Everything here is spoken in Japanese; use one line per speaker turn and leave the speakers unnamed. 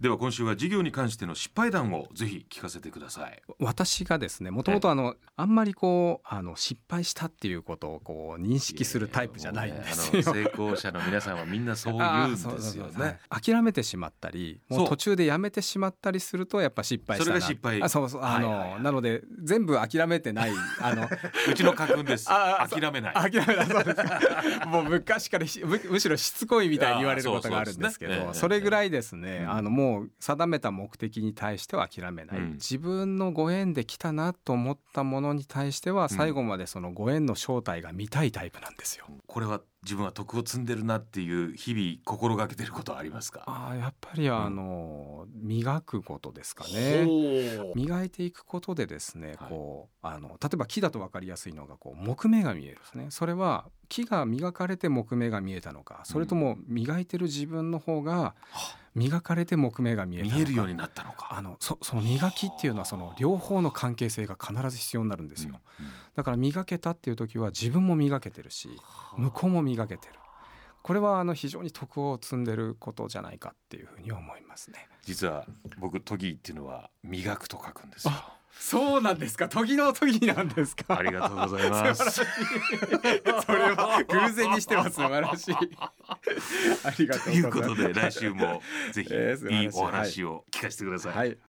では今週は事業に関しての失敗談をぜひ聞かせてください
私がですねもともとあのあんまりこうあの失敗したっていうことをこう認識するタイプじゃないんですよ
いや。もうねあの成功者の皆さんはみんなそう言 うんですよね
はい諦めてしまったりも
そうう
途中でやめてしまったりするとやっぱ失敗した
それ
な
が失敗
あそうそうあの、
はいはいはい
なので全部諦めてない あの
うちの家訓です
ああ
諦めない
諦めたそうです かもう昔からひむむしろしつこいみたいに言われることがあるんですけど
あそ
そ
うそうですね
れぐらいですね、
うん
あのもう定めた目的に対しては諦めない、
うん
自分のご縁で来たなと思ったものに対しては最後までそのご縁の正体が見たいタイプなんですよ。
これは自分は徳を積んでるなっていう日々心がけてることはありますか
あーやっぱりあの、磨くことですかね。
ほう
磨いていくことでですね、
はい
こうあの例えば木だと分かりやすいのがこう木目が見えるんですねそれは木が磨かれて木目が見えたのかそれとも磨いてる自分の方が磨かれて木目が見えたのか
見えるようになったのか
あのそその磨きっていうのはその両方の関係性が必ず必要になるんですよ、
うんうん
だから磨けたっていう時は自分も磨けてるし向こうも磨けてるこれはあの非常に徳を積んでることじゃないかっていうふうに思いますね
実は僕トギーっていうのは磨くと書くんですよ
そうなんですか時の時なんですか
ありがとうございます
素晴らしいそれは偶然にしては素晴らしいありが
と
と
いう
う
こ
ござ
とで
います
来週もぜひ
えー素晴らしい
いいお話を聞かせてください、
はい